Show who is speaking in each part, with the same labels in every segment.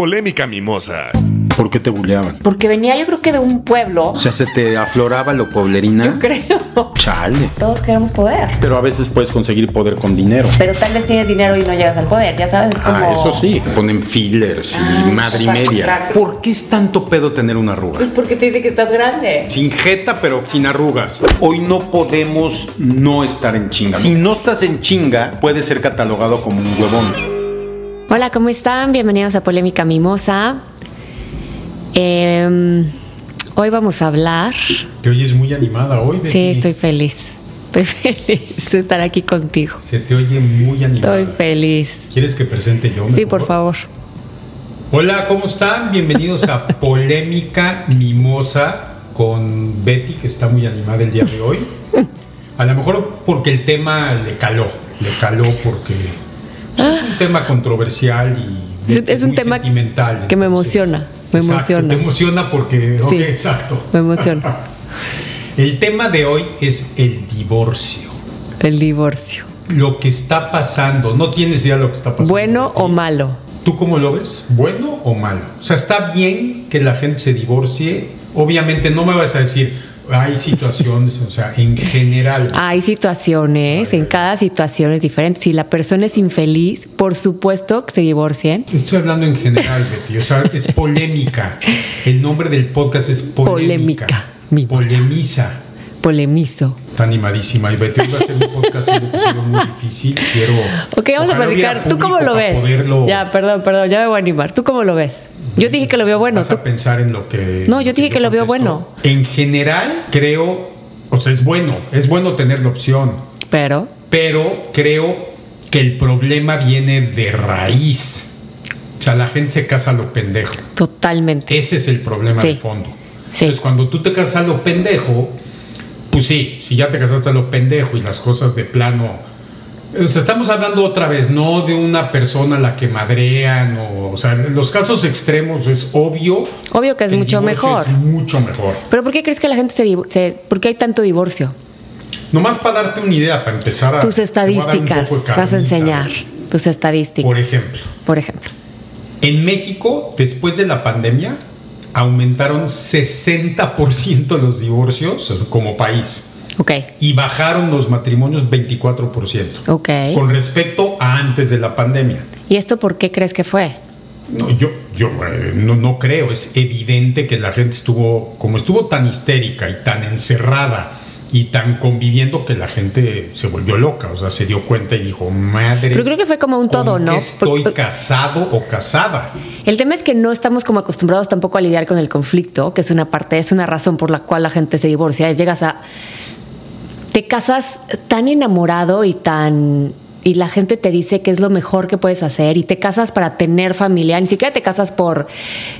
Speaker 1: Polémica mimosa.
Speaker 2: ¿Por qué te buleaban?
Speaker 3: Porque venía yo creo que de un pueblo.
Speaker 2: O sea, se te afloraba lo pueblerina.
Speaker 3: Yo creo.
Speaker 2: Chale.
Speaker 3: Todos queremos poder.
Speaker 2: Pero a veces puedes conseguir poder con dinero.
Speaker 3: Pero tal vez tienes dinero y no llegas al poder, ya sabes, es como...
Speaker 2: Ah, eso sí. Ponen fillers y
Speaker 3: Ah,
Speaker 2: madre y
Speaker 3: para
Speaker 2: media.
Speaker 3: comprar.
Speaker 2: ¿Por qué es tanto pedo tener una arruga?
Speaker 3: Pues porque te dice que estás grande.
Speaker 2: Sin jeta, pero sin arrugas. Hoy no podemos no estar en chinga. Si no estás en chinga, puedes ser catalogado como un huevón.
Speaker 4: Hola, ¿cómo están? Bienvenidos a Polémica Mimosa. Em, hoy vamos a hablar.
Speaker 5: Te oyes muy animada hoy. Betty.
Speaker 4: Sí, estoy feliz. Estoy feliz de estar aquí contigo.
Speaker 5: Se te oye muy animada.
Speaker 4: Estoy feliz.
Speaker 5: ¿Quieres que presente yo?
Speaker 4: Sí,
Speaker 5: mejor?
Speaker 4: por favor.
Speaker 5: Hola, ¿cómo están? Bienvenidos a Polémica Mimosa con Betty, que está muy animada el día de hoy. A lo mejor porque el tema le caló. Le caló porque pues, es un tema controversial y
Speaker 4: Es-
Speaker 5: Betty
Speaker 4: es un
Speaker 5: muy
Speaker 4: tema
Speaker 5: sentimental,
Speaker 4: que me
Speaker 5: entonces.
Speaker 4: emociona, me
Speaker 5: Exacto,
Speaker 4: emociona.
Speaker 5: Te emociona porque. ok,
Speaker 4: Sí.
Speaker 5: exacto.
Speaker 4: Me emociona.
Speaker 5: El tema de hoy es el divorcio.
Speaker 4: El divorcio.
Speaker 5: lo que está pasando. No tienes idea de lo que está pasando.
Speaker 4: ¿Bueno o
Speaker 5: Aquí.
Speaker 4: malo?
Speaker 5: ¿Tú cómo lo ves? ¿Bueno o malo? O sea, está bien que la gente se divorcie. Obviamente no me vas a decir, hay situaciones, o sea, en general.
Speaker 4: Hay situaciones, en cada situación es diferente. Si la persona es infeliz, por supuesto que se divorcien.
Speaker 5: Estoy hablando en general, Betty. O sea, es polémica. El nombre del podcast es polémica.
Speaker 4: Polémica, mi cosa.
Speaker 5: Polemiza.
Speaker 4: Polemizo.
Speaker 5: Está animadísima. Y Betty, hoy va a ser un podcast un episodio muy difícil. Quiero.
Speaker 4: Ok, vamos
Speaker 5: Ojalá
Speaker 4: a
Speaker 5: hubiera
Speaker 4: platicar. ¿Tú
Speaker 5: público
Speaker 4: cómo lo
Speaker 5: para
Speaker 4: ves?
Speaker 5: poderlo-
Speaker 4: Ya, perdón, perdón, ya me voy a animar. ¿Tú cómo lo ves? Yo dije que lo veo bueno.
Speaker 5: vas
Speaker 4: ¿Tú
Speaker 5: a pensar en lo que.
Speaker 4: No, yo dije que lo veo bueno.
Speaker 5: En general, creo. O sea, es bueno. Es bueno tener la opción.
Speaker 4: Pero,
Speaker 5: Pero creo que el problema viene de raíz. O sea, la gente se casa a lo pendejo.
Speaker 4: totalmente.
Speaker 5: Ese es el problema
Speaker 4: Sí.
Speaker 5: de fondo.
Speaker 4: Sí.
Speaker 5: Entonces, cuando tú te casas a lo pendejo, pues sí, si ya te casaste a lo pendejo y las cosas de plano. O sea, estamos hablando otra vez, no de una persona a la que madrean o. O sea, en los casos extremos es obvio
Speaker 4: Obvio que es
Speaker 5: el
Speaker 4: mucho
Speaker 5: divorcio
Speaker 4: mejor.
Speaker 5: Es mucho mejor.
Speaker 4: Pero ¿por qué crees que la gente se, divo- se- ¿Por qué hay tanto divorcio?
Speaker 5: Nomás para darte una idea, para empezar a.
Speaker 4: Tus
Speaker 5: Ah, te voy a dar un
Speaker 4: estadísticas.
Speaker 5: poco de
Speaker 4: Vas
Speaker 5: carnita,
Speaker 4: a enseñar tus estadísticas.
Speaker 5: Por ejemplo,
Speaker 4: Por ejemplo.
Speaker 5: en México, después de la pandemia, aumentaron 60% los divorcios o sea, como país
Speaker 4: Ok,
Speaker 5: y bajaron los matrimonios 24%.
Speaker 4: ok.
Speaker 5: Con respecto a antes de la pandemia.
Speaker 4: ¿Y esto por qué crees que fue?
Speaker 5: No, yo, yo eh, no, no creo. Es evidente que la gente estuvo, como estuvo tan histérica y tan encerrada y tan conviviendo que la gente se volvió loca. O sea, se dio cuenta y dijo, madre.
Speaker 4: Pero creo que fue como un todo,
Speaker 5: ¿con
Speaker 4: ¿no?
Speaker 5: qué estoy
Speaker 4: Porque-
Speaker 5: casado o casada.
Speaker 4: El tema es que no estamos como acostumbrados tampoco a lidiar con el conflicto, que es una parte, es una razón por la cual la gente se divorcia. Es llegas a. Te casas tan enamorado y tan. Y la gente te dice que es lo mejor que puedes hacer y te casas para tener familia. Ni siquiera te casas por.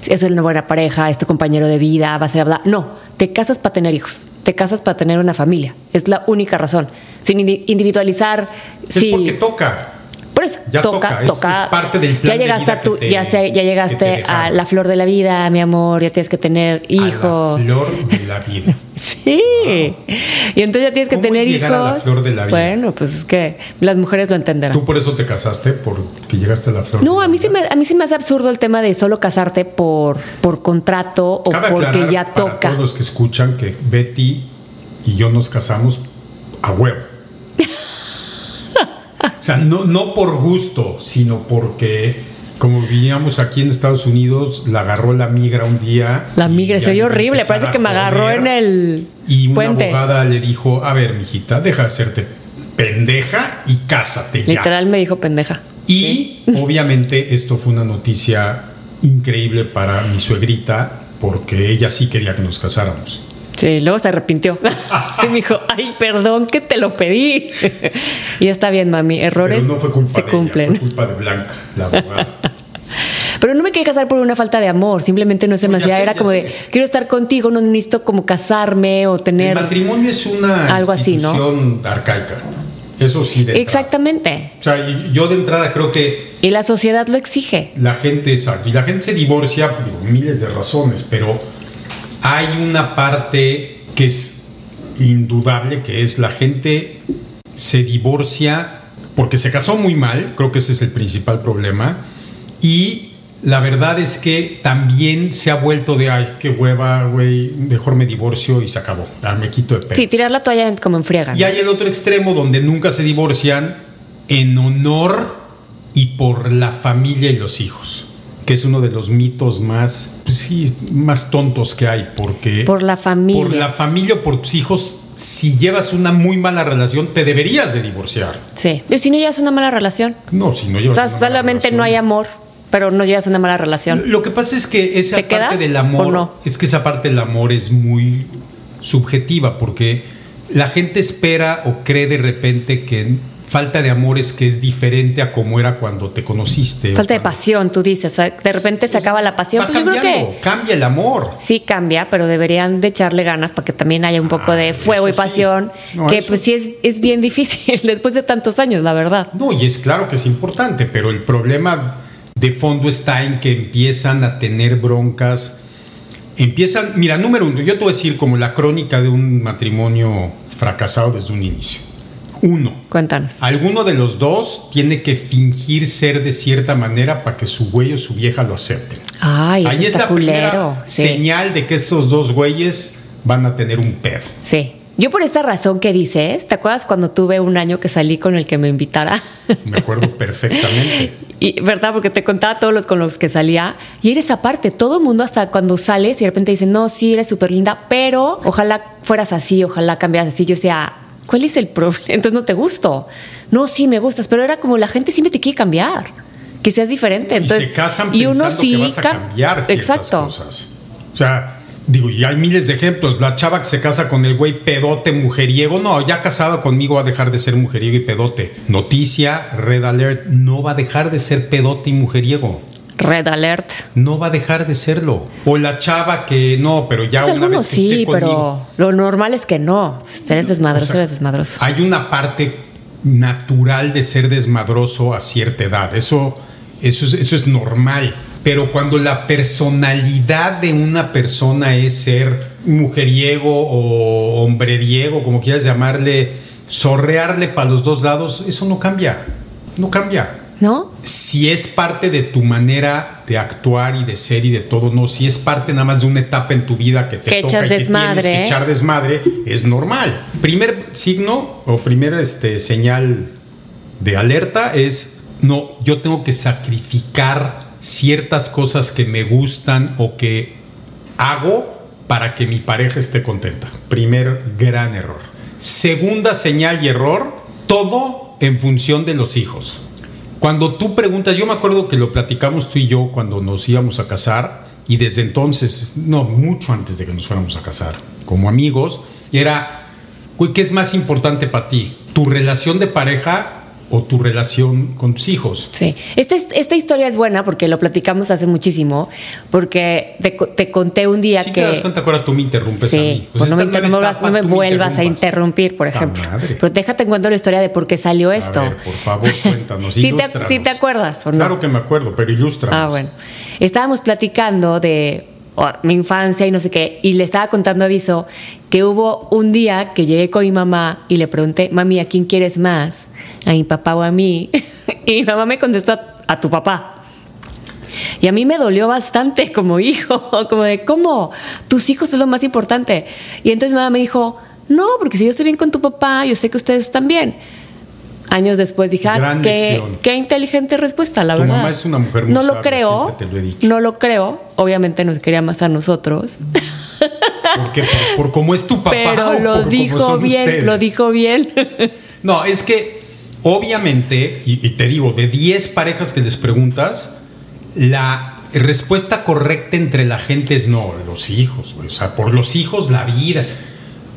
Speaker 4: Es una buena pareja, es tu compañero de vida, va a ser. Bla. No, te casas para tener hijos. Te casas para tener una familia. Es la única razón. Sin indi- individualizar.
Speaker 5: Es
Speaker 4: sin-
Speaker 5: porque toca.
Speaker 4: por eso,
Speaker 5: Ya
Speaker 4: toca,
Speaker 5: toca,
Speaker 4: toca.
Speaker 5: es- es parte del plan
Speaker 4: ya
Speaker 5: de
Speaker 4: llegaste
Speaker 5: vida
Speaker 4: a tu,
Speaker 5: que te-
Speaker 4: ya, está- ya
Speaker 5: que te
Speaker 4: llegaste a
Speaker 5: dejaron.
Speaker 4: la flor de la vida, mi amor, ya tienes que tener
Speaker 5: A
Speaker 4: hijos.
Speaker 5: la flor de la vida.
Speaker 4: Sí. Y entonces ya tienes que
Speaker 5: ¿Cómo es
Speaker 4: tener
Speaker 5: llegar
Speaker 4: hijos.
Speaker 5: a la flor de la vida?
Speaker 4: Bueno, pues es que las mujeres lo entenderán.
Speaker 5: ¿Tú por eso te casaste? ¿Porque llegaste a la flor?
Speaker 4: No,
Speaker 5: de
Speaker 4: a
Speaker 5: la
Speaker 4: mí, se
Speaker 5: vida?
Speaker 4: me, a mí se me hace absurdo el tema de solo casarte por, por contrato o
Speaker 5: Cabe
Speaker 4: porque
Speaker 5: aclarar
Speaker 4: ya
Speaker 5: para
Speaker 4: toca.
Speaker 5: todos los que escuchan que Betty y yo nos casamos a huevo. o sea, no, no por gusto, sino porque como vivíamos aquí en Estados Unidos, la agarró la migra un día.
Speaker 4: La
Speaker 5: y
Speaker 4: migra,
Speaker 5: ya
Speaker 4: se vio
Speaker 5: iba a
Speaker 4: horrible.
Speaker 5: empezar
Speaker 4: Parece
Speaker 5: a
Speaker 4: que me agarró
Speaker 5: joder.
Speaker 4: en el
Speaker 5: Y una
Speaker 4: puente.
Speaker 5: abogada le dijo, a ver, mijita, deja de hacerte pendeja y cásate ya.
Speaker 4: Literal me dijo pendeja.
Speaker 5: Y obviamente esto fue una noticia increíble para mi suegrita porque ella sí quería que nos casáramos.
Speaker 4: Sí, luego se arrepintió. y me dijo, ay, perdón que te lo pedí. y está bien, mami, errores
Speaker 5: Pero no fue culpa
Speaker 4: se
Speaker 5: de
Speaker 4: cumplen.
Speaker 5: ella, fue culpa de Blanca, la abogada.
Speaker 4: Pero no me quería casar por una falta de amor, simplemente no se
Speaker 5: No,
Speaker 4: me
Speaker 5: ya
Speaker 4: hacía.
Speaker 5: sé,
Speaker 4: Era
Speaker 5: ya
Speaker 4: como
Speaker 5: sé.
Speaker 4: de, quiero estar contigo, no necesito como casarme o
Speaker 5: El
Speaker 4: tener...
Speaker 5: matrimonio es una
Speaker 4: Algo así, ¿no?
Speaker 5: institución arcaica. Eso sí de entrada.
Speaker 4: Exactamente.
Speaker 5: O sea, y- yo de entrada creo que
Speaker 4: Y la sociedad lo exige.
Speaker 5: la gente exacto, y la gente se divorcia por miles de razones, pero hay una parte que es indudable, que es la gente se divorcia porque se casó muy mal, creo que ese es el principal problema, y la verdad es que también se ha vuelto de, ay, qué hueva, güey, mejor me divorcio y se acabó. Ah, me quito de pedo.
Speaker 4: Sí, tirar la toalla en- como en friega. ¿no?
Speaker 5: Y hay el otro extremo donde nunca se divorcian en honor y por la familia y los hijos, que es uno de los mitos más, pues sí, más tontos que hay, porque
Speaker 4: Por la familia.
Speaker 5: por la familia o por tus hijos, si llevas una muy mala relación, te deberías de divorciar.
Speaker 4: Sí. Y si no llevas una mala relación.
Speaker 5: No, si no
Speaker 4: O
Speaker 5: llevas
Speaker 4: sea,
Speaker 5: una mala
Speaker 4: solamente no hay
Speaker 5: relación.
Speaker 4: amor, pero no llevas una mala relación.
Speaker 5: Lo que pasa es que esa
Speaker 4: ¿Te
Speaker 5: parte
Speaker 4: quedas
Speaker 5: del
Speaker 4: o
Speaker 5: amor,
Speaker 4: no?
Speaker 5: es que esa parte del amor es muy subjetiva porque la gente espera o cree de repente que falta de amor es que es diferente a como era cuando te conociste. o
Speaker 4: Falta de
Speaker 5: cuando-
Speaker 4: pasión, tú dices. O sea, de repente se acaba la pasión.
Speaker 5: Va
Speaker 4: Pues yo creo
Speaker 5: cambiando,
Speaker 4: que
Speaker 5: cambia el amor.
Speaker 4: sí cambia, pero deberían de echarle ganas para que también haya un poco de
Speaker 5: eso
Speaker 4: fuego y
Speaker 5: sí.
Speaker 4: pasión,
Speaker 5: No,
Speaker 4: que
Speaker 5: eso-
Speaker 4: pues sí es, es bien difícil después de tantos años, la verdad.
Speaker 5: No, y es claro que es importante, pero el problema de fondo está en que empiezan a tener broncas. Empiezan, mira, número uno, yo te voy a decir como la crónica de un matrimonio fracasado desde un inicio. Uno,
Speaker 4: Cuéntanos.
Speaker 5: alguno de los dos tiene que fingir ser de cierta manera para que su güey o su vieja lo acepten.
Speaker 4: Ay, eso
Speaker 5: Ahí es
Speaker 4: está
Speaker 5: la
Speaker 4: culero.
Speaker 5: primera
Speaker 4: Sí.
Speaker 5: señal de que estos dos güeyes van a tener un pedo.
Speaker 4: sí. Yo por esta razón que dices, ¿te acuerdas cuando tuve un año que salí con el que me invitara?
Speaker 5: Me acuerdo perfectamente.
Speaker 4: Y, ¿Verdad? Porque te contaba todos los con los que salía. Y eres aparte, todo el mundo hasta cuando sales y de repente dicen, no, sí, eres súper linda, pero ojalá fueras así, ojalá cambiaras así. Yo decía, ¿cuál es el problema? Entonces no te gusto. No, sí, me gustas, pero era como la gente siempre te quiere cambiar, que seas diferente.
Speaker 5: Y
Speaker 4: Entonces,
Speaker 5: se casan pensando que vas a
Speaker 4: cam-
Speaker 5: cambiar ciertas
Speaker 4: Exacto.
Speaker 5: cosas. O sea, digo, y hay miles de ejemplos. La chava que se casa con el güey pedote mujeriego, no, ya casada conmigo va a dejar de ser mujeriego y pedote. Noticia, red alert, no va a dejar de ser pedote y mujeriego.
Speaker 4: Red alert.
Speaker 5: No va a dejar de serlo. O la chava que no, pero ya
Speaker 4: Pues
Speaker 5: una
Speaker 4: algunos
Speaker 5: vez que esté
Speaker 4: sí,
Speaker 5: conmigo,
Speaker 4: pero lo normal es que no. Pues, Eres desmadroso,
Speaker 5: o sea,
Speaker 4: eres desmadroso.
Speaker 5: Hay una parte natural de ser desmadroso a cierta edad. Eso, eso, es, eso es normal. Pero cuando la personalidad de una persona es ser mujeriego o hombreriego, como quieras llamarle, zorrearle para los dos lados, eso no cambia. No cambia
Speaker 4: ¿No?
Speaker 5: si es parte de tu manera de actuar y de ser y de todo, no, si es parte nada más de una etapa en tu vida que te
Speaker 4: Que
Speaker 5: toca
Speaker 4: echas
Speaker 5: y que
Speaker 4: desmadre,
Speaker 5: tienes
Speaker 4: ¿eh?
Speaker 5: que echar desmadre, es normal. Primer signo o primera este, señal de alerta es no, yo tengo que sacrificar ciertas cosas que me gustan o que hago para que mi pareja esté contenta. Primer gran error. Segunda señal y error, todo en función de los hijos. Cuando tú preguntas, yo me acuerdo que lo platicamos tú y yo cuando nos íbamos a casar y desde entonces, no, mucho antes de que nos fuéramos a casar, como amigos, era, güey, ¿qué es más importante para ti? ¿Tu relación de pareja o tu relación con tus hijos?
Speaker 4: Sí, esta, es- esta historia es buena porque lo platicamos hace muchísimo, porque te, co- te conté un día
Speaker 5: Si
Speaker 4: que...
Speaker 5: te das cuenta que ahora tú me interrumpes a mí.
Speaker 4: Sí,
Speaker 5: O sea,
Speaker 4: o no me,
Speaker 5: esta nueva
Speaker 4: interrumpas,
Speaker 5: etapa,
Speaker 4: no me
Speaker 5: tú me
Speaker 4: vuelvas a
Speaker 5: interrumpas.
Speaker 4: interrumpir, por
Speaker 5: ¡Ta
Speaker 4: ejemplo.
Speaker 5: madre!
Speaker 4: Pero déjate cuento la historia de por qué salió esto.
Speaker 5: A ver, por favor, cuéntanos.
Speaker 4: ¿Sí, te,
Speaker 5: ilústranos.
Speaker 4: sí te acuerdas o no?
Speaker 5: Claro que me acuerdo, pero ilustra.
Speaker 4: Ah, bueno. Estábamos platicando de oh, mi infancia y no sé qué, y le estaba contando a Viso que hubo un día que llegué con mi mamá y le pregunté, mami, ¿a quién quieres más? ¿A mi papá o a mí? Y mi mamá me contestó, "A- a tu papá. Y a mí me dolió bastante como hijo, como de, ¿cómo? Tus hijos es lo más importante. Y entonces mi mamá me dijo, no, porque si yo estoy bien con tu papá, yo sé que ustedes también. Años después dije, ah,
Speaker 5: Gran
Speaker 4: qué,
Speaker 5: lección.
Speaker 4: qué inteligente respuesta, la
Speaker 5: Tu
Speaker 4: verdad.
Speaker 5: mamá es una mujer muy
Speaker 4: No lo
Speaker 5: sabia,
Speaker 4: creo,
Speaker 5: siempre te lo he dicho.
Speaker 4: no lo creo. Obviamente nos quería más a nosotros,
Speaker 5: Porque por, por cómo es tu papá. o
Speaker 4: pero
Speaker 5: por
Speaker 4: lo
Speaker 5: cómo
Speaker 4: dijo
Speaker 5: son
Speaker 4: bien,
Speaker 5: ustedes.
Speaker 4: lo dijo bien.
Speaker 5: No, es que obviamente, y, y te digo, de 10 parejas que les preguntas, la respuesta correcta entre la gente es no, los hijos, güey. O sea, por los hijos la vida.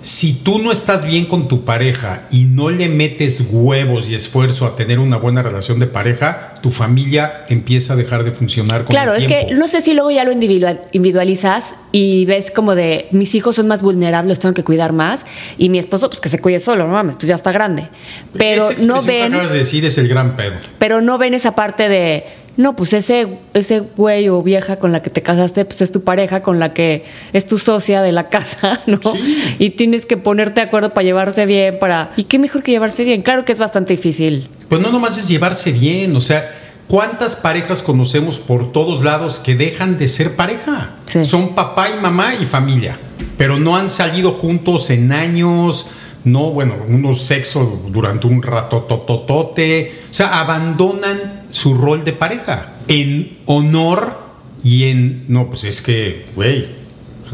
Speaker 5: Si tú no estás bien con tu pareja y no le metes huevos y esfuerzo a tener una buena relación de pareja, tu familia empieza a dejar de funcionar con
Speaker 4: Claro,
Speaker 5: el
Speaker 4: es
Speaker 5: tiempo.
Speaker 4: que no sé si luego ya lo individua- individualizas y ves como de mis hijos son más vulnerables, tengo que cuidar más y mi esposo pues que se cuide solo, no mames, pues ya está grande. Pero
Speaker 5: Esa expresión
Speaker 4: no
Speaker 5: que
Speaker 4: ven,
Speaker 5: acabas de decir es el gran pedo.
Speaker 4: pero no ven esa parte de no, pues ese ese güey o vieja con la que te casaste, pues es tu pareja con la que es tu socia de la casa, ¿no?
Speaker 5: Sí.
Speaker 4: Y tienes que ponerte de acuerdo para llevarse bien, para Y qué mejor que llevarse bien. Claro que es bastante difícil.
Speaker 5: Pues no nomás es llevarse bien, o sea, ¿Cuántas parejas conocemos por todos lados que dejan de ser pareja?
Speaker 4: Sí.
Speaker 5: Son papá y mamá y familia, pero no han salido juntos en años, no, bueno, uno sexo durante un rato tototote, o sea, abandonan su rol de pareja en honor y en, no, pues es que, güey,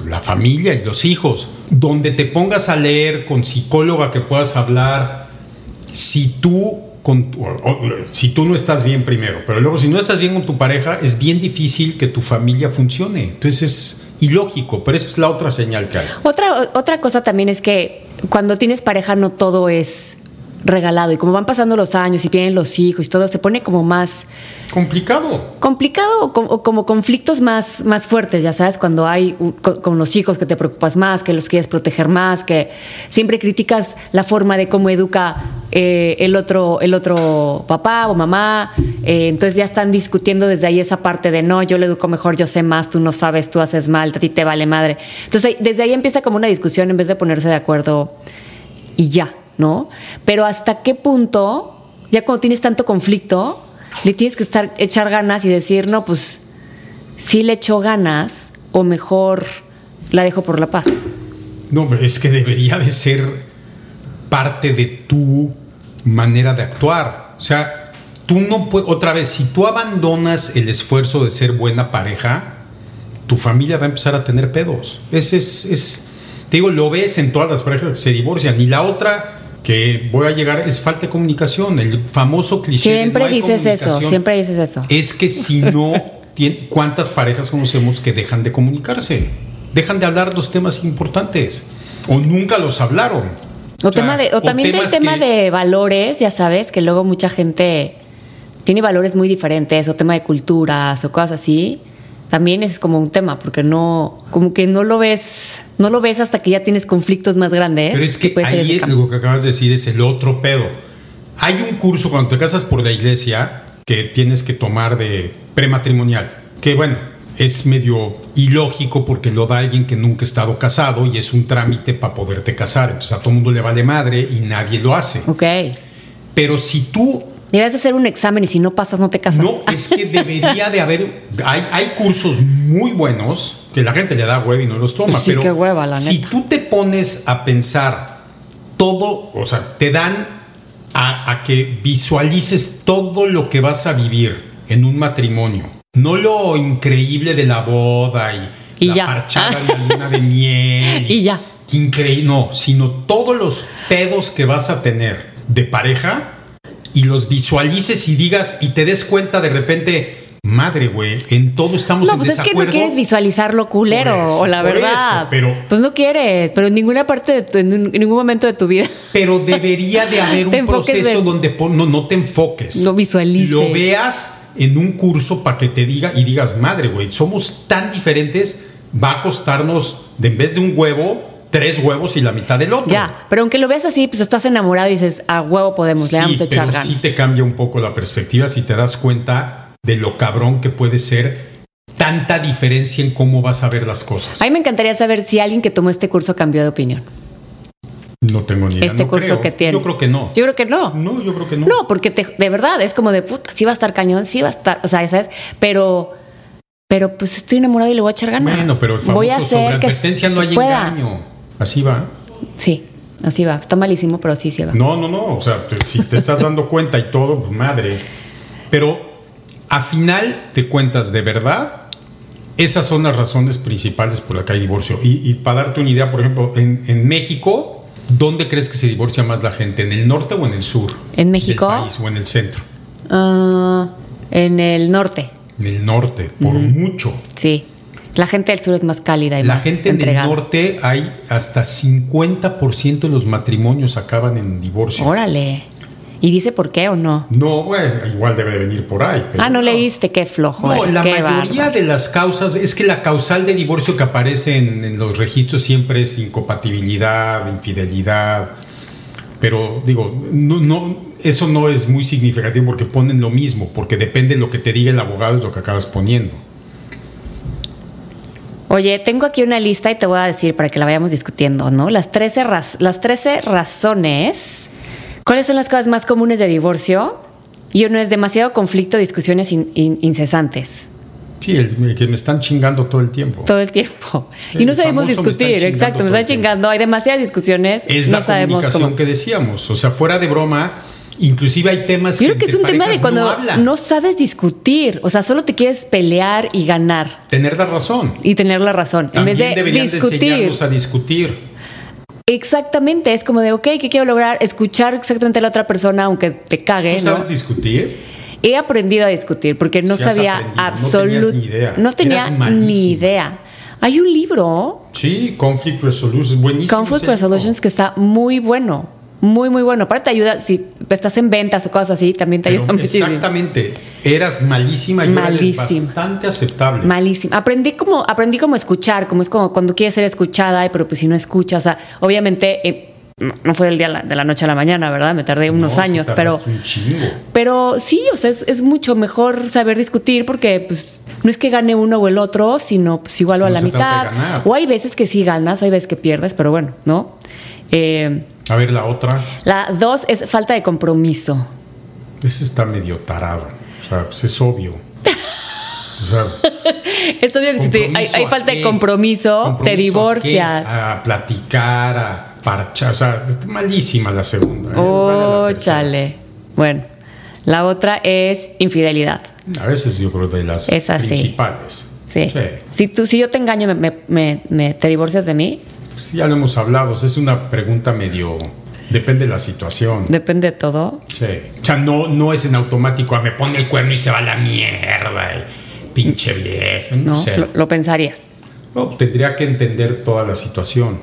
Speaker 5: la familia y los hijos, donde te pongas a leer con psicóloga que puedas hablar, si tú, con tu- o- o- si tú no estás bien primero, pero luego si no estás bien con tu pareja, es bien difícil que tu familia funcione. Entonces es ilógico, pero esa es la otra señal que hay.
Speaker 4: Otra, otra cosa también es que cuando tienes pareja no todo es regalado y como van pasando los años y tienen los hijos y todo, se pone como más
Speaker 5: Complicado.
Speaker 4: complicado o, com- o como conflictos más, más fuertes, ya sabes, cuando hay u- co- con, los hijos que te preocupas más, que los quieres proteger más, que siempre criticas la forma de cómo educa eh, el, otro, el otro papá o mamá, eh, entonces ya están discutiendo desde ahí esa parte de no, yo lo educo mejor, yo sé más, tú no sabes, tú haces mal, a ti te vale madre. Entonces ahí- desde ahí empieza como una discusión en vez de ponerse de acuerdo y ya, ¿no? Pero hasta qué punto, ya cuando tienes tanto conflicto, le tienes que estar, echar ganas y decir, no, pues sí le echo ganas, o mejor la dejo por la paz.
Speaker 5: No, pero es que debería de ser parte de tu manera de actuar. O sea, tú no puedes, otra vez, si tú abandonas el esfuerzo de ser buena pareja, tu familia va a empezar a tener pedos. Es, es, es, te digo, lo ves en todas las parejas que se divorcian. Y la otra que voy a llegar es falta de comunicación, el famoso cliché. de no
Speaker 4: Siempre
Speaker 5: hay
Speaker 4: dices eso,
Speaker 5: comunicación.
Speaker 4: siempre dices eso.
Speaker 5: Es que si no, tien- ¿cuántas parejas conocemos que dejan de comunicarse? Dejan de hablar los temas importantes. O nunca los hablaron.
Speaker 4: O,
Speaker 5: O sea,
Speaker 4: tema de- o
Speaker 5: o
Speaker 4: también del
Speaker 5: temas
Speaker 4: tema
Speaker 5: que-
Speaker 4: de valores, ya sabes, que luego mucha gente tiene valores muy diferentes, o tema de culturas, o cosas así. También es como un tema, porque no, como que no lo ves, no lo ves hasta que ya tienes conflictos más grandes.
Speaker 5: Pero es que
Speaker 4: puede ser
Speaker 5: ahí
Speaker 4: ese
Speaker 5: es-
Speaker 4: campo.
Speaker 5: lo que acabas de decir es el otro pedo. Hay un curso cuando te casas por la iglesia que tienes que tomar de prematrimonial. Que bueno, es medio ilógico porque lo da alguien que nunca ha estado casado y es un trámite para poderte casar. Entonces a todo mundo le vale madre y nadie lo hace.
Speaker 4: Ok.
Speaker 5: Pero si tú
Speaker 4: Deberías de hacer un examen y si no pasas, no te casas.
Speaker 5: No, es que debería de haber. Hay, hay cursos muy buenos que la gente le da hueva y no los toma.
Speaker 4: Sí,
Speaker 5: pero
Speaker 4: qué hueva, la
Speaker 5: si
Speaker 4: neta.
Speaker 5: tú te pones a pensar todo, o sea, te dan a, a que visualices todo lo que vas a vivir en un matrimonio. No lo increíble de la boda y,
Speaker 4: Y
Speaker 5: la
Speaker 4: ya.
Speaker 5: parchada y la luna de miel.
Speaker 4: Y ya.
Speaker 5: Que increíble. No, sino todos los pedos que vas a tener de pareja y los visualices y digas y te des cuenta de repente, madre, güey, en todo estamos
Speaker 4: No,
Speaker 5: en
Speaker 4: pues es que
Speaker 5: desacuerdo.
Speaker 4: no quieres visualizarlo culero,
Speaker 5: Por eso,
Speaker 4: o la
Speaker 5: por
Speaker 4: verdad.
Speaker 5: eso, pero-
Speaker 4: Pues no quieres, pero en ninguna parte, de tu- en, un- en ningún momento de tu vida.
Speaker 5: pero debería de haber
Speaker 4: Te
Speaker 5: un
Speaker 4: enfoques
Speaker 5: proceso
Speaker 4: en-
Speaker 5: donde pon- no, no te enfoques.
Speaker 4: No visualices.
Speaker 5: Lo veas en un curso para que te diga y digas, madre, güey, somos tan diferentes, va a costarnos, de, en vez de un huevo, tres huevos y la mitad del otro.
Speaker 4: Ya, pero aunque lo veas así, pues estás enamorado y dices, a huevo podemos, le vamos a echar
Speaker 5: pero
Speaker 4: ganas.
Speaker 5: sí te cambia un poco la perspectiva si te das cuenta de lo cabrón que puede ser tanta diferencia en cómo vas a ver las cosas.
Speaker 4: A mí me encantaría saber si alguien que tomó este curso cambió de opinión.
Speaker 5: No tengo ni idea.
Speaker 4: este
Speaker 5: no
Speaker 4: curso
Speaker 5: creo.
Speaker 4: que tiene.
Speaker 5: Yo creo que no.
Speaker 4: Yo creo que no.
Speaker 5: No, yo creo que no.
Speaker 4: No, porque te- de verdad es como de puta, sí va a estar cañón, sí va a estar, o sea, ya ¿sabes? Pero, pero pues estoy enamorado y le voy a echar ganas.
Speaker 5: Bueno, pero el famoso
Speaker 4: voy a
Speaker 5: sobre
Speaker 4: hacer que
Speaker 5: advertencia no
Speaker 4: se
Speaker 5: hay
Speaker 4: pueda.
Speaker 5: engaño. Así va.
Speaker 4: Sí, así va. Está malísimo, pero sí, sí va.
Speaker 5: No, no, no. O sea, te- si te estás dando cuenta y todo, pues madre. Pero a final de cuentas, de verdad, esas son las razones principales por las que hay divorcio. Y, y para darte una idea, por ejemplo, en, en México, ¿dónde crees que se divorcia más la gente? ¿En el norte o en el sur?
Speaker 4: ¿En México?
Speaker 5: Del país o en el centro.
Speaker 4: Ah, en el norte,
Speaker 5: En el norte, por
Speaker 4: Mm.
Speaker 5: mucho.
Speaker 4: sí. La gente del sur es más cálida y
Speaker 5: La
Speaker 4: más
Speaker 5: gente
Speaker 4: entregada.
Speaker 5: en el norte hay hasta 50% de los matrimonios acaban en divorcio.
Speaker 4: Órale. ¿Y dice por qué o no?
Speaker 5: No, bueno, igual debe de venir por ahí. pero-
Speaker 4: ah, no leíste, qué flojo.
Speaker 5: No,
Speaker 4: eres,
Speaker 5: la
Speaker 4: qué
Speaker 5: mayoría
Speaker 4: bárbaro.
Speaker 5: de las causas es que la causal de divorcio que aparece en, en los registros siempre es incompatibilidad, infidelidad, pero digo, no, no, eso no es muy significativo porque ponen lo mismo, porque depende lo que te diga el abogado es lo que acabas poniendo.
Speaker 4: Oye, tengo aquí una lista y te voy a decir para que la vayamos discutiendo, ¿no? Las 13, raz- las 13 razones. ¿Cuáles son las causas más comunes de divorcio? Y uno es demasiado conflicto, discusiones in- in- incesantes.
Speaker 5: Sí, el- que me están chingando todo el tiempo.
Speaker 4: Todo el tiempo. y
Speaker 5: El
Speaker 4: no sabemos
Speaker 5: famoso me están
Speaker 4: discutir,
Speaker 5: chingando
Speaker 4: exacto,
Speaker 5: todo
Speaker 4: nos
Speaker 5: el
Speaker 4: están
Speaker 5: tiempo.
Speaker 4: chingando, hay demasiadas discusiones,
Speaker 5: es
Speaker 4: no
Speaker 5: la
Speaker 4: sabemos
Speaker 5: comunicación
Speaker 4: cómo.
Speaker 5: que decíamos. O sea, fuera de broma, inclusive hay temas
Speaker 4: Yo creo que es
Speaker 5: entre
Speaker 4: un tema de
Speaker 5: parejas
Speaker 4: cuando
Speaker 5: no
Speaker 4: no,
Speaker 5: hablan.
Speaker 4: sabes discutir, o sea, solo te quieres pelear y ganar
Speaker 5: tener la razón.
Speaker 4: y tener la razón,
Speaker 5: También
Speaker 4: en vez de
Speaker 5: deberían de
Speaker 4: discutir.
Speaker 5: enseñarnos a discutir.
Speaker 4: exactamente, es como de, ok, ¿qué quiero lograr? Escuchar exactamente a la otra persona, aunque te cague,
Speaker 5: ¿Tú
Speaker 4: ¿no?
Speaker 5: sabes discutir?
Speaker 4: He aprendido a discutir porque no
Speaker 5: Sí has
Speaker 4: sabía
Speaker 5: aprendido, no tenías ni idea.
Speaker 4: absolutamente. No tenía
Speaker 5: Eras malísima.
Speaker 4: ni idea. Hay un libro
Speaker 5: Sí, Conflict Resolution, buenísimo.
Speaker 4: Conflict
Speaker 5: ese libro.
Speaker 4: Resolutions que está muy bueno, muy muy bueno. Aparte te ayuda si estás en ventas o cosas así, también te
Speaker 5: Pero
Speaker 4: ayuda muchísimo.
Speaker 5: exactamente. Eras malísima y yo eres
Speaker 4: Malísima.
Speaker 5: bastante aceptable.
Speaker 4: Malísimo. Aprendí como aprendí como escuchar, como es como cuando quieres ser escuchada, pero pues si no escuchas, o sea, obviamente eh, no- no fue del día a la- de la noche a la mañana, ¿verdad? Me tardé
Speaker 5: No,
Speaker 4: unos
Speaker 5: sí
Speaker 4: años, pero
Speaker 5: tardaste un chingo.
Speaker 4: pero sí, o sea, es, es mucho mejor saber discutir porque pues no es que gane uno o el otro, sino pues igual
Speaker 5: Es
Speaker 4: a
Speaker 5: que
Speaker 4: la
Speaker 5: no se trata de
Speaker 4: mitad.
Speaker 5: ganar.
Speaker 4: O hay veces que sí ganas, hay veces que pierdes, pero bueno, ¿no? Eh,
Speaker 5: A ver, la otra.
Speaker 4: La dos es falta de compromiso.
Speaker 5: Ese está medio tarado. O sea, pues es obvio. O sea,
Speaker 4: Es obvio que si te- hay,
Speaker 5: ¿compromiso
Speaker 4: hay
Speaker 5: a
Speaker 4: falta de
Speaker 5: qué?
Speaker 4: compromiso, te
Speaker 5: ¿Compromiso Ah, A,
Speaker 4: divorcias.
Speaker 5: qué? A platicar, a parchar. O sea, es malísima la segunda. ¿eh?
Speaker 4: Oh,
Speaker 5: Vale la tercera.
Speaker 4: chale. Bueno, la otra es infidelidad.
Speaker 5: A veces yo creo de las
Speaker 4: Es así.
Speaker 5: principales.
Speaker 4: Sí.
Speaker 5: Sí.
Speaker 4: Si, tú, si yo te engaño, me, me- me- me- ¿te divorcias de mí?
Speaker 5: Pues ya lo hemos hablado. o sea, es una pregunta medio. Depende de la situación.
Speaker 4: Depende de todo.
Speaker 5: Sí. O sea, no, no es en automático. ah, Me pone el cuerno y se va a la mierda. y pinche viejo. No,
Speaker 4: ¿no?
Speaker 5: sé.
Speaker 4: Lo, lo pensarías.
Speaker 5: No, tendría que entender toda la situación.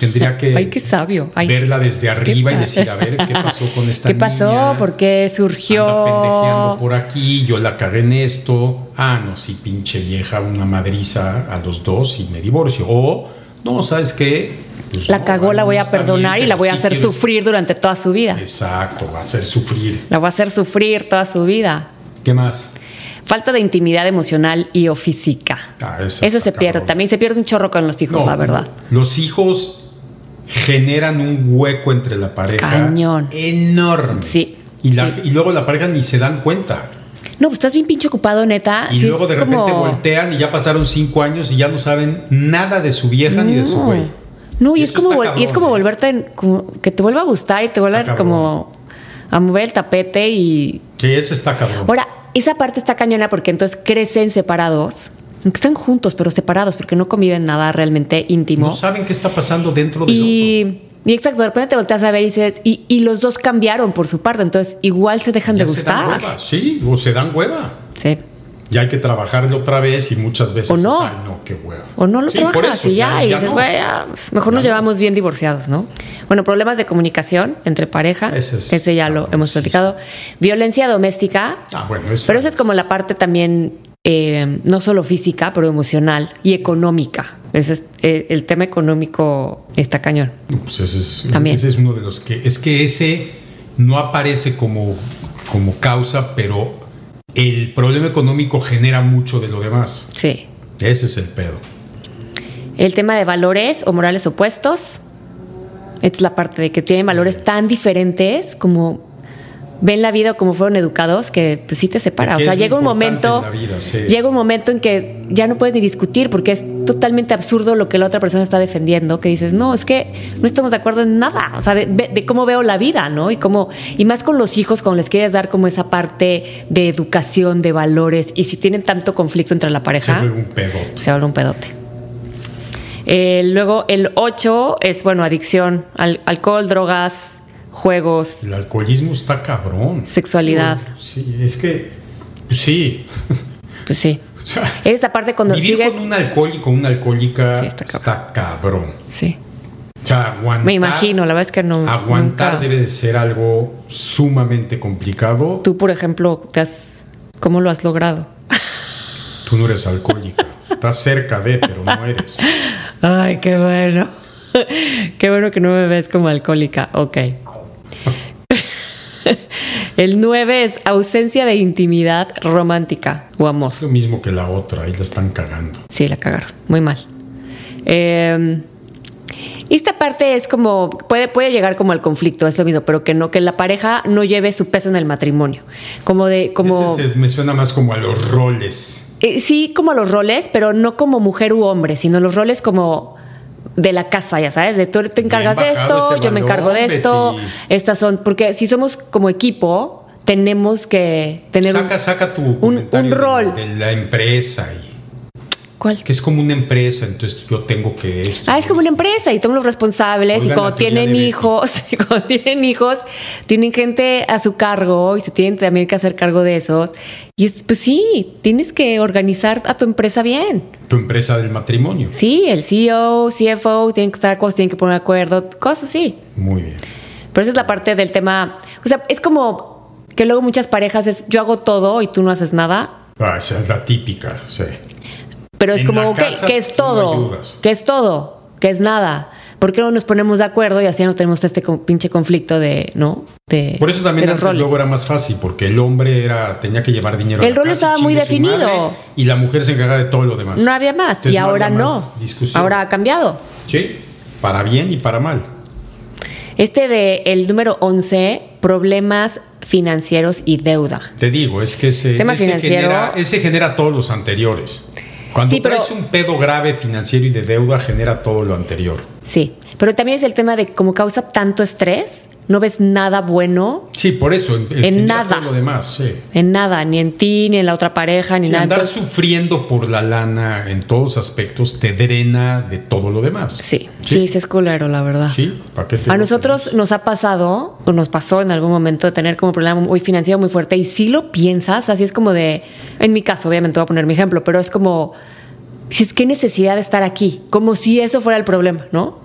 Speaker 5: Tendría que
Speaker 4: Ay, qué sabio. Ay,
Speaker 5: verla desde arriba y
Speaker 4: pa-
Speaker 5: decir, a ver, ¿qué pasó con esta
Speaker 4: ¿Qué pasó?
Speaker 5: niña?
Speaker 4: ¿Por qué surgió?
Speaker 5: Anda pendejeando por aquí, yo la cagué en esto. Ah, no, sí, pinche vieja, una madriza a los dos y me divorcio. O, no, ¿sabes qué? Pues
Speaker 4: La
Speaker 5: no,
Speaker 4: cagó,
Speaker 5: vale,
Speaker 4: la voy
Speaker 5: no
Speaker 4: a
Speaker 5: está bien,
Speaker 4: perdonar y la
Speaker 5: pero
Speaker 4: voy a
Speaker 5: sí
Speaker 4: hacer
Speaker 5: quiero-
Speaker 4: sufrir durante toda su vida.
Speaker 5: Exacto, va a hacer sufrir.
Speaker 4: La voy a hacer sufrir toda su vida.
Speaker 5: ¿Qué más?
Speaker 4: Falta de intimidad emocional y o física.
Speaker 5: Ah, esa
Speaker 4: Eso
Speaker 5: está
Speaker 4: se pierde.
Speaker 5: cabrón.
Speaker 4: También se pierde un chorro con los hijos,
Speaker 5: No,
Speaker 4: la verdad.
Speaker 5: Los hijos generan un hueco entre la pareja.
Speaker 4: Cañón.
Speaker 5: Enorme.
Speaker 4: Sí,
Speaker 5: Y, la-
Speaker 4: sí.
Speaker 5: y luego la pareja ni se dan cuenta.
Speaker 4: No, pues estás bien pinche ocupado, neta.
Speaker 5: Y
Speaker 4: Sí,
Speaker 5: luego
Speaker 4: es
Speaker 5: de repente
Speaker 4: como-
Speaker 5: voltean y ya pasaron cinco años y ya no saben nada de su vieja ni de su güey.
Speaker 4: No, y
Speaker 5: Y
Speaker 4: es,
Speaker 5: eso
Speaker 4: como
Speaker 5: está
Speaker 4: vol- y es
Speaker 5: cabrón,
Speaker 4: como
Speaker 5: ¿eh?
Speaker 4: volverte, en- como que te vuelva a gustar y te vuelva
Speaker 5: Está
Speaker 4: como a mover el tapete y...
Speaker 5: Sí, ese está cabrón.
Speaker 4: Ahora, esa parte está cañona porque entonces crecen separados. Aunque están juntos, pero separados porque no conviven nada realmente íntimo.
Speaker 5: no saben qué está pasando dentro del otro.
Speaker 4: Y, y exacto, de repente te volteas a ver y dices, y, y los dos cambiaron por su parte, entonces igual se dejan
Speaker 5: Ya
Speaker 4: de
Speaker 5: se dan
Speaker 4: gustar.
Speaker 5: hueva, Sí, o se dan hueva.
Speaker 4: Sí.
Speaker 5: Ya hay que trabajarlo otra vez y muchas veces.
Speaker 4: O no.
Speaker 5: es, Ay, no, qué hueva.
Speaker 4: O no lo
Speaker 5: Sí, por
Speaker 4: trabajas
Speaker 5: eso,
Speaker 4: y ya, y dices,
Speaker 5: no.
Speaker 4: "Güey, ah, pues, mejor nos
Speaker 5: Ya no.
Speaker 4: llevamos bien divorciados, ¿no? Bueno, problemas de comunicación entre pareja,
Speaker 5: Ese es
Speaker 4: ese ya lo hemos
Speaker 5: cabroncísimo.
Speaker 4: platicado. Violencia doméstica,
Speaker 5: Ah, bueno, esa
Speaker 4: pero esa es como la parte también, eh, no solo física, pero emocional y económica. Ese es, eh, el tema económico está cañón.
Speaker 5: Pues ese es,
Speaker 4: También.
Speaker 5: ese es uno de los que. Es que ese no aparece como, como causa, pero el problema económico genera mucho de lo demás.
Speaker 4: Sí.
Speaker 5: Ese es el pedo.
Speaker 4: El tema de valores o morales opuestos. Esta es la parte de que tienen valores tan diferentes como ven la vida o como fueron educados que pues sí te separa. O
Speaker 5: Que
Speaker 4: sea,
Speaker 5: es lo
Speaker 4: llega un
Speaker 5: importante
Speaker 4: momento,
Speaker 5: en la vida, sí.
Speaker 4: llega un momento en que ya no puedes ni discutir porque es totalmente absurdo lo que la otra persona está defendiendo, que dices, no, es que no estamos de acuerdo en nada, o sea, de, ve- de cómo veo la vida, ¿no? Y cómo, y más con los hijos, cuando les quieres dar como esa parte de educación, de valores, y si tienen tanto conflicto entre la
Speaker 5: Se
Speaker 4: pareja.
Speaker 5: vuelve un pedo.
Speaker 4: Se habla un pedote. Eh, luego el 8 es, bueno, adicción, al- alcohol, drogas, juegos,
Speaker 5: El alcoholismo está cabrón.
Speaker 4: sexualidad.
Speaker 5: Sí, es que. Sí.
Speaker 4: Pues sí.
Speaker 5: O sea,
Speaker 4: Es esta parte cuando
Speaker 5: vivir
Speaker 4: sigues...
Speaker 5: con un alcohólico, una alcohólica
Speaker 4: Sí,
Speaker 5: está
Speaker 4: está
Speaker 5: cabrón.
Speaker 4: cabrón. Sí.
Speaker 5: O sea, aguantar.
Speaker 4: Me imagino, la verdad es que no...
Speaker 5: Aguantar
Speaker 4: nunca-
Speaker 5: debe de ser algo sumamente complicado.
Speaker 4: Tú, por ejemplo, te has- ¿cómo lo has logrado?
Speaker 5: Tú no eres alcohólica. Estás cerca de, pero no eres.
Speaker 4: Ay, qué bueno. qué bueno que no me ves como alcohólica. Ok. el 9 es ausencia de intimidad romántica o amor.
Speaker 5: Es lo mismo que la otra, ahí la están cagando.
Speaker 4: Sí, la cagaron. Muy mal. Eh, Y Em, esta parte es como, puede, puede llegar como al conflicto, es lo mismo, pero que no, que la pareja no lleve su peso en el matrimonio. Como de, como.
Speaker 5: Ese se- me suena más como a los roles.
Speaker 4: Eh, sí, como los roles, pero no como mujer u hombre, sino los roles como de la casa, ya sabes, de tú te encargas de
Speaker 5: Bien bajado
Speaker 4: esto,
Speaker 5: ese
Speaker 4: yo me encargo de
Speaker 5: balón,
Speaker 4: esto,
Speaker 5: Betty.
Speaker 4: estas son, porque si somos como equipo, tenemos que tener un-
Speaker 5: Saca, saca tu
Speaker 4: un
Speaker 5: comentario de-
Speaker 4: rol.
Speaker 5: De, la empresa y
Speaker 4: ¿Cuál?
Speaker 5: que es como una empresa, entonces yo tengo que esto.
Speaker 4: Ah, es como una empresa y todos los responsables y
Speaker 5: Oigan,
Speaker 4: cuando
Speaker 5: la teoría
Speaker 4: tienen
Speaker 5: de Betty.
Speaker 4: hijos, y cuando tienen hijos, tienen gente a su cargo y se tienen también que hacer cargo de esos. Y es, pues sí, tienes que organizar a tu empresa bien.
Speaker 5: Tu empresa del matrimonio.
Speaker 4: Sí, el E CEO, CFO, tienen que estar, cosas, tienen que poner de acuerdo, cosas así.
Speaker 5: Muy bien.
Speaker 4: Pero esa es la parte del tema. O sea, es como que luego muchas parejas es yo hago todo y tú no haces nada.
Speaker 5: Ah, esa es la típica, sí.
Speaker 4: Pero es
Speaker 5: En
Speaker 4: como
Speaker 5: la
Speaker 4: que,
Speaker 5: casa
Speaker 4: que es
Speaker 5: tú no
Speaker 4: todo.
Speaker 5: ayudas.
Speaker 4: Que es todo. Que es nada. ¿Por qué no nos ponemos de acuerdo y así no tenemos este co- pinche conflicto de, ¿no? De,
Speaker 5: Por eso también
Speaker 4: de
Speaker 5: antes
Speaker 4: los roles.
Speaker 5: luego era más fácil, porque el hombre era, tenía que llevar dinero. a
Speaker 4: El
Speaker 5: la
Speaker 4: rol
Speaker 5: casa,
Speaker 4: estaba muy
Speaker 5: chingue su
Speaker 4: definido.
Speaker 5: madre, y la mujer se encarga de todo lo demás.
Speaker 4: No había más.
Speaker 5: Entonces
Speaker 4: y ahora
Speaker 5: había
Speaker 4: no.
Speaker 5: más discusión.
Speaker 4: Ahora ha cambiado.
Speaker 5: Sí, para bien y para mal.
Speaker 4: Este de el número 11, problemas financieros y deuda.
Speaker 5: Te digo, es que ese,
Speaker 4: Tema
Speaker 5: ese
Speaker 4: financiero.
Speaker 5: genera, ese genera todos los anteriores. Cuando
Speaker 4: Sí, pero-
Speaker 5: traes un pedo grave financiero y de deuda, genera todo lo anterior.
Speaker 4: Sí, pero también es el tema de como causa tanto estrés, no ves nada bueno
Speaker 5: Sí, por eso. En, genera
Speaker 4: nada.
Speaker 5: Todo lo demás, sí.
Speaker 4: en nada, ni en ti, ni en la otra pareja, ni
Speaker 5: Sí,
Speaker 4: nada.
Speaker 5: andar
Speaker 4: Entonces,
Speaker 5: sufriendo por la lana en todos aspectos te drena de todo lo demás.
Speaker 4: sí, sí,
Speaker 5: Sí,
Speaker 4: sí, es culero, la verdad.
Speaker 5: Sí, ¿para qué te
Speaker 4: A
Speaker 5: digo?
Speaker 4: nosotros nos ha pasado, o nos pasó en algún momento, de tener como problema muy financiero muy fuerte. Y si lo piensas, así es como de. En mi caso, obviamente voy a poner mi ejemplo, pero es como. Si es que necesidad de estar aquí, como si eso fuera el problema, ¿no?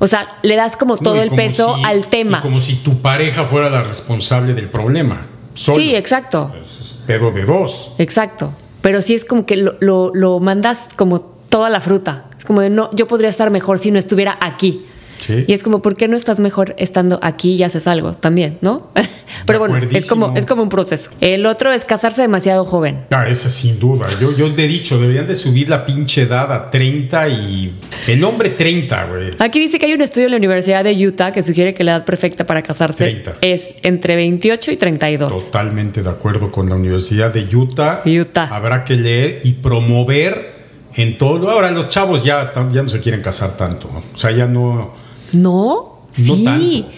Speaker 4: O sea, le das como todo
Speaker 5: No, y
Speaker 4: el
Speaker 5: como
Speaker 4: peso
Speaker 5: si-
Speaker 4: al tema.
Speaker 5: y como si tu pareja fuera la responsable del problema. Solo. Pues
Speaker 4: Sí, exacto.
Speaker 5: Es pedo de dos.
Speaker 4: Exacto. Pero sí es como que lo, lo- lo mandas como toda la fruta. Es como de no, yo podría estar mejor si no estuviera aquí.
Speaker 5: Sí.
Speaker 4: Y es como, ¿por qué no estás mejor estando aquí y haces algo también, no? Pero bueno, es como,
Speaker 5: Acuerdísimo.
Speaker 4: es como un proceso. El otro es casarse demasiado joven.
Speaker 5: Ah, esa sin duda. Yo, yo te he dicho, deberían de subir la pinche edad a 30 y. El hombre 30, güey.
Speaker 4: Aquí dice que hay un estudio en la Universidad de Utah que sugiere que la edad perfecta para casarse
Speaker 5: 30.
Speaker 4: es entre 28 y 32.
Speaker 5: Totalmente de acuerdo con la Universidad de Utah.
Speaker 4: Utah.
Speaker 5: Habrá que leer y promover en todo. lo- Ahora los chavos ya, tan- ya no se quieren casar tanto. O sea, ya no.
Speaker 4: ¿No?
Speaker 5: No
Speaker 4: sí.
Speaker 5: tanto.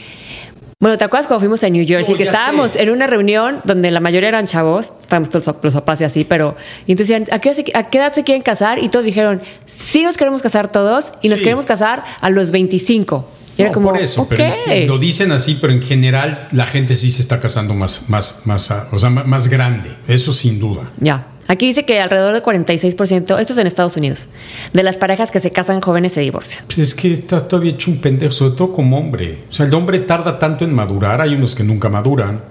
Speaker 4: Bueno, ¿te acuerdas cuando fuimos a New Jersey?
Speaker 5: No,
Speaker 4: que
Speaker 5: ya
Speaker 4: estábamos
Speaker 5: sé.
Speaker 4: en una reunión donde la mayoría eran chavos, estábamos todos los- los papás y así, pero. Y entonces decían, ¿a qué, edad se- a qué edad se quieren casar? Y todos dijeron, sí nos queremos casar todos y nos
Speaker 5: Sí.
Speaker 4: queremos casar a los 25. Y era
Speaker 5: No,
Speaker 4: como,
Speaker 5: por eso,
Speaker 4: ok.
Speaker 5: pero en- lo dicen así, pero en general la gente sí se está casando más, más, más, ah, o sea, ma- más grande. Eso sin duda.
Speaker 4: Ya. Aquí dice que alrededor del 46%, esto es en Estados Unidos, de las parejas que se casan jóvenes se divorcian.
Speaker 5: Pues es que estás todavía hecho un pendejo, sobre todo como hombre. O sea, el hombre tarda tanto en madurar, hay unos que nunca maduran.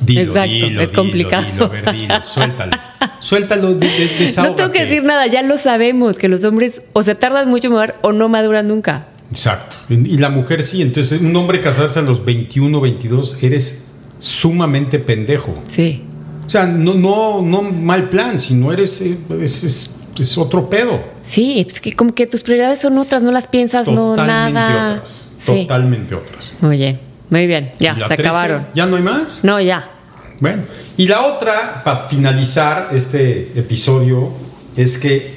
Speaker 5: Dilo,
Speaker 4: Exacto,
Speaker 5: dilo,
Speaker 4: es
Speaker 5: dilo,
Speaker 4: complicado.
Speaker 5: Dilo, a ver, dilo, suéltalo. Suéltalo, de, de-
Speaker 4: No tengo
Speaker 5: desahógate.
Speaker 4: que decir nada, ya lo sabemos, que los hombres o se tardan mucho en madurar o no maduran nunca.
Speaker 5: Exacto. Y la mujer sí, entonces un hombre casarse a los 21, 22, eres sumamente pendejo.
Speaker 4: Sí.
Speaker 5: O sea, no, no, no mal plan, sino eres, eh, es, es- es otro pedo.
Speaker 4: Sí, es que como que tus prioridades son otras, no las piensas, no
Speaker 5: Totalmente
Speaker 4: nada.
Speaker 5: otras.
Speaker 4: Sí.
Speaker 5: Totalmente otras.
Speaker 4: Oye, muy bien, ya,
Speaker 5: Y la
Speaker 4: se
Speaker 5: 13,
Speaker 4: acabaron.
Speaker 5: ¿Ya no hay más?
Speaker 4: No, ya.
Speaker 5: Bueno, y la otra, para finalizar este episodio, es que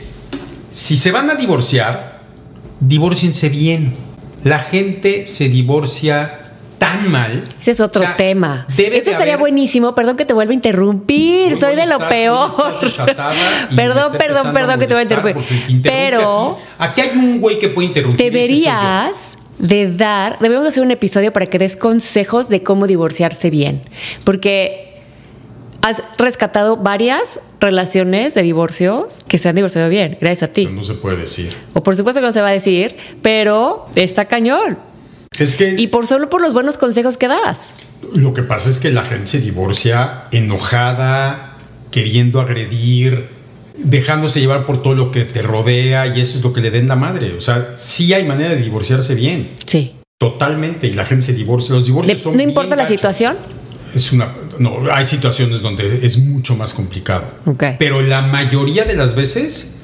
Speaker 5: si se van a divorciar, divórciense bien. La gente se divorcia tan mal.
Speaker 4: Ese es otro
Speaker 5: O sea,
Speaker 4: tema.
Speaker 5: debe
Speaker 4: Esto
Speaker 5: de
Speaker 4: estaría
Speaker 5: haber-
Speaker 4: buenísimo. Perdón que te vuelva a interrumpir.
Speaker 5: Hoy
Speaker 4: Soy de lo
Speaker 5: estás-
Speaker 4: peor.
Speaker 5: hoy estás desatada y me está
Speaker 4: perdón, perdón,
Speaker 5: empezando
Speaker 4: perdón que te voy a
Speaker 5: molestar
Speaker 4: interrumpir.
Speaker 5: porque el que interrumpe
Speaker 4: Pero
Speaker 5: Aquí, aquí hay un güey que puede interrumpir. ese soy yo.
Speaker 4: deberías de dar, debemos hacer un episodio para que des consejos de cómo divorciarse bien. Porque has rescatado varias relaciones de divorcios que se han divorciado bien, gracias a ti.
Speaker 5: No se puede decir.
Speaker 4: O por supuesto que no se va a decir, pero está cañón.
Speaker 5: Es que
Speaker 4: Y por solo por los buenos consejos que das.
Speaker 5: Lo que pasa es que la gente se divorcia enojada, queriendo agredir, dejándose llevar por todo lo que te rodea y eso es lo que le den la madre. O sea, sí hay manera de divorciarse bien,
Speaker 4: Sí.
Speaker 5: totalmente, y la gente se divorcia. Los divorcios
Speaker 4: De-
Speaker 5: son
Speaker 4: no importa
Speaker 5: bien
Speaker 4: la
Speaker 5: gachos.
Speaker 4: situación.
Speaker 5: Es una, no, hay situaciones donde es mucho más complicado.
Speaker 4: Ok.
Speaker 5: Pero la mayoría de las veces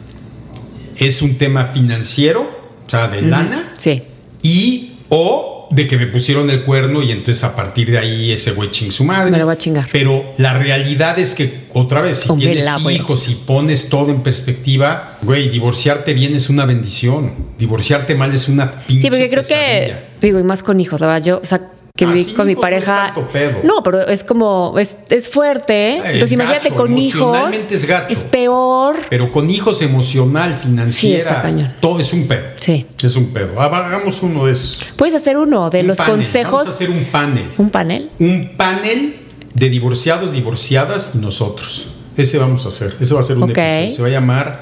Speaker 5: es un tema financiero, o sea, de lana,
Speaker 4: Sí.
Speaker 5: y o de que me pusieron el cuerno y entonces a partir de ahí ese güey ching su madre.
Speaker 4: Me lo va a chingar.
Speaker 5: Pero la realidad es que otra vez, si
Speaker 4: Hombre,
Speaker 5: tienes
Speaker 4: la voy a
Speaker 5: hijos y pones todo en perspectiva, güey, divorciarte bien es una bendición. Divorciarte mal es una pinche
Speaker 4: Sí, porque creo
Speaker 5: pesadilla.
Speaker 4: que, digo, y más con hijos, la verdad, yo, o sea, que
Speaker 5: Ah,
Speaker 4: viví
Speaker 5: sí,
Speaker 4: con mi
Speaker 5: hijos no es
Speaker 4: pareja.
Speaker 5: tanto pedo.
Speaker 4: No, pero es como, es, es fuerte. ¿eh? Entonces, imagínate
Speaker 5: gacho,
Speaker 4: con hijos.
Speaker 5: emocionalmente es gacho.
Speaker 4: peor.
Speaker 5: Pero con hijos emocional,
Speaker 4: Sí, está
Speaker 5: financiera,
Speaker 4: cañón.
Speaker 5: todo es un pedo.
Speaker 4: Sí.
Speaker 5: Es un pedo. Ah, Hagamos uno de esos.
Speaker 4: Puedes hacer uno de
Speaker 5: Un
Speaker 4: los
Speaker 5: panel.
Speaker 4: consejos.
Speaker 5: Vamos a hacer un panel.
Speaker 4: Un panel.
Speaker 5: un panel de divorciados, divorciadas y nosotros. Ese vamos a hacer. Ese va a ser un
Speaker 4: Ok.
Speaker 5: episodio. Se va a llamar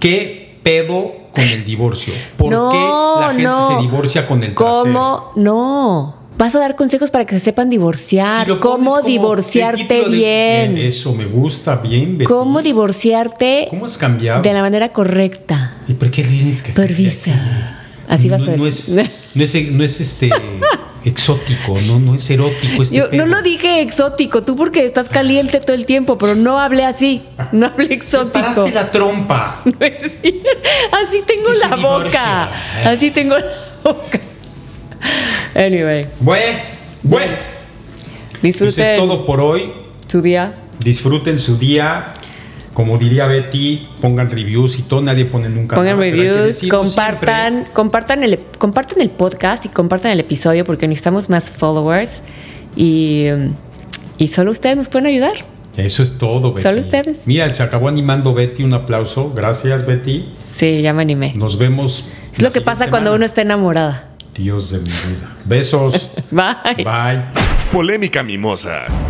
Speaker 5: ¿Qué pedo con el divorcio? ¿Por
Speaker 4: no,
Speaker 5: qué la gente
Speaker 4: no.
Speaker 5: se divorcia con el trasero?
Speaker 4: ¿Cómo? No. Vas a dar consejos para que se sepan divorciar.
Speaker 5: Si lo pones
Speaker 4: ¿Cómo
Speaker 5: como el
Speaker 4: divorciarte
Speaker 5: título de-
Speaker 4: bien?
Speaker 5: Bien, Eso me gusta bien. Betty.
Speaker 4: ¿Cómo divorciarte
Speaker 5: ¿Cómo has cambiado?
Speaker 4: de la manera correcta?
Speaker 5: ¿Y por qué tienes que ser
Speaker 4: Pervisa.
Speaker 5: de aquí?
Speaker 4: Así
Speaker 5: no,
Speaker 4: vas a
Speaker 5: no es,
Speaker 4: decir.
Speaker 5: no es, no es, este exótico, no, no es erótico este
Speaker 4: Yo
Speaker 5: pedo.
Speaker 4: no lo dije exótico, tú porque estás caliente todo el tiempo, pero no hablé así. No hablé exótico.
Speaker 5: Paraste la trompa.
Speaker 4: No es cierto. así tengo
Speaker 5: Que se
Speaker 4: la boca.
Speaker 5: divorcia.
Speaker 4: Así tengo la boca. Anyway,
Speaker 5: Güey, güey. Pues
Speaker 4: disfruten
Speaker 5: es todo por hoy.
Speaker 4: tu día.
Speaker 5: Disfruten su día. Como diría Betty, pongan reviews y todo. Nadie pone nunca.
Speaker 4: Pongan
Speaker 5: nada, pero hay que
Speaker 4: reviews,
Speaker 5: decirlo
Speaker 4: compartan,
Speaker 5: siempre.
Speaker 4: compartan el compartan el podcast y compartan el episodio porque necesitamos más followers y y solo ustedes nos pueden ayudar.
Speaker 5: Eso es todo, Betty.
Speaker 4: Solo ustedes.
Speaker 5: Mira, se acabó animando Betty. Un aplauso. Gracias, Betty.
Speaker 4: Sí, ya me animé.
Speaker 5: Nos vemos.
Speaker 4: es lo que pasa cuando uno está enamorada.
Speaker 5: Dios de mi vida. Besos.
Speaker 4: Bye.
Speaker 5: Bye.
Speaker 1: Polémica Mimosa.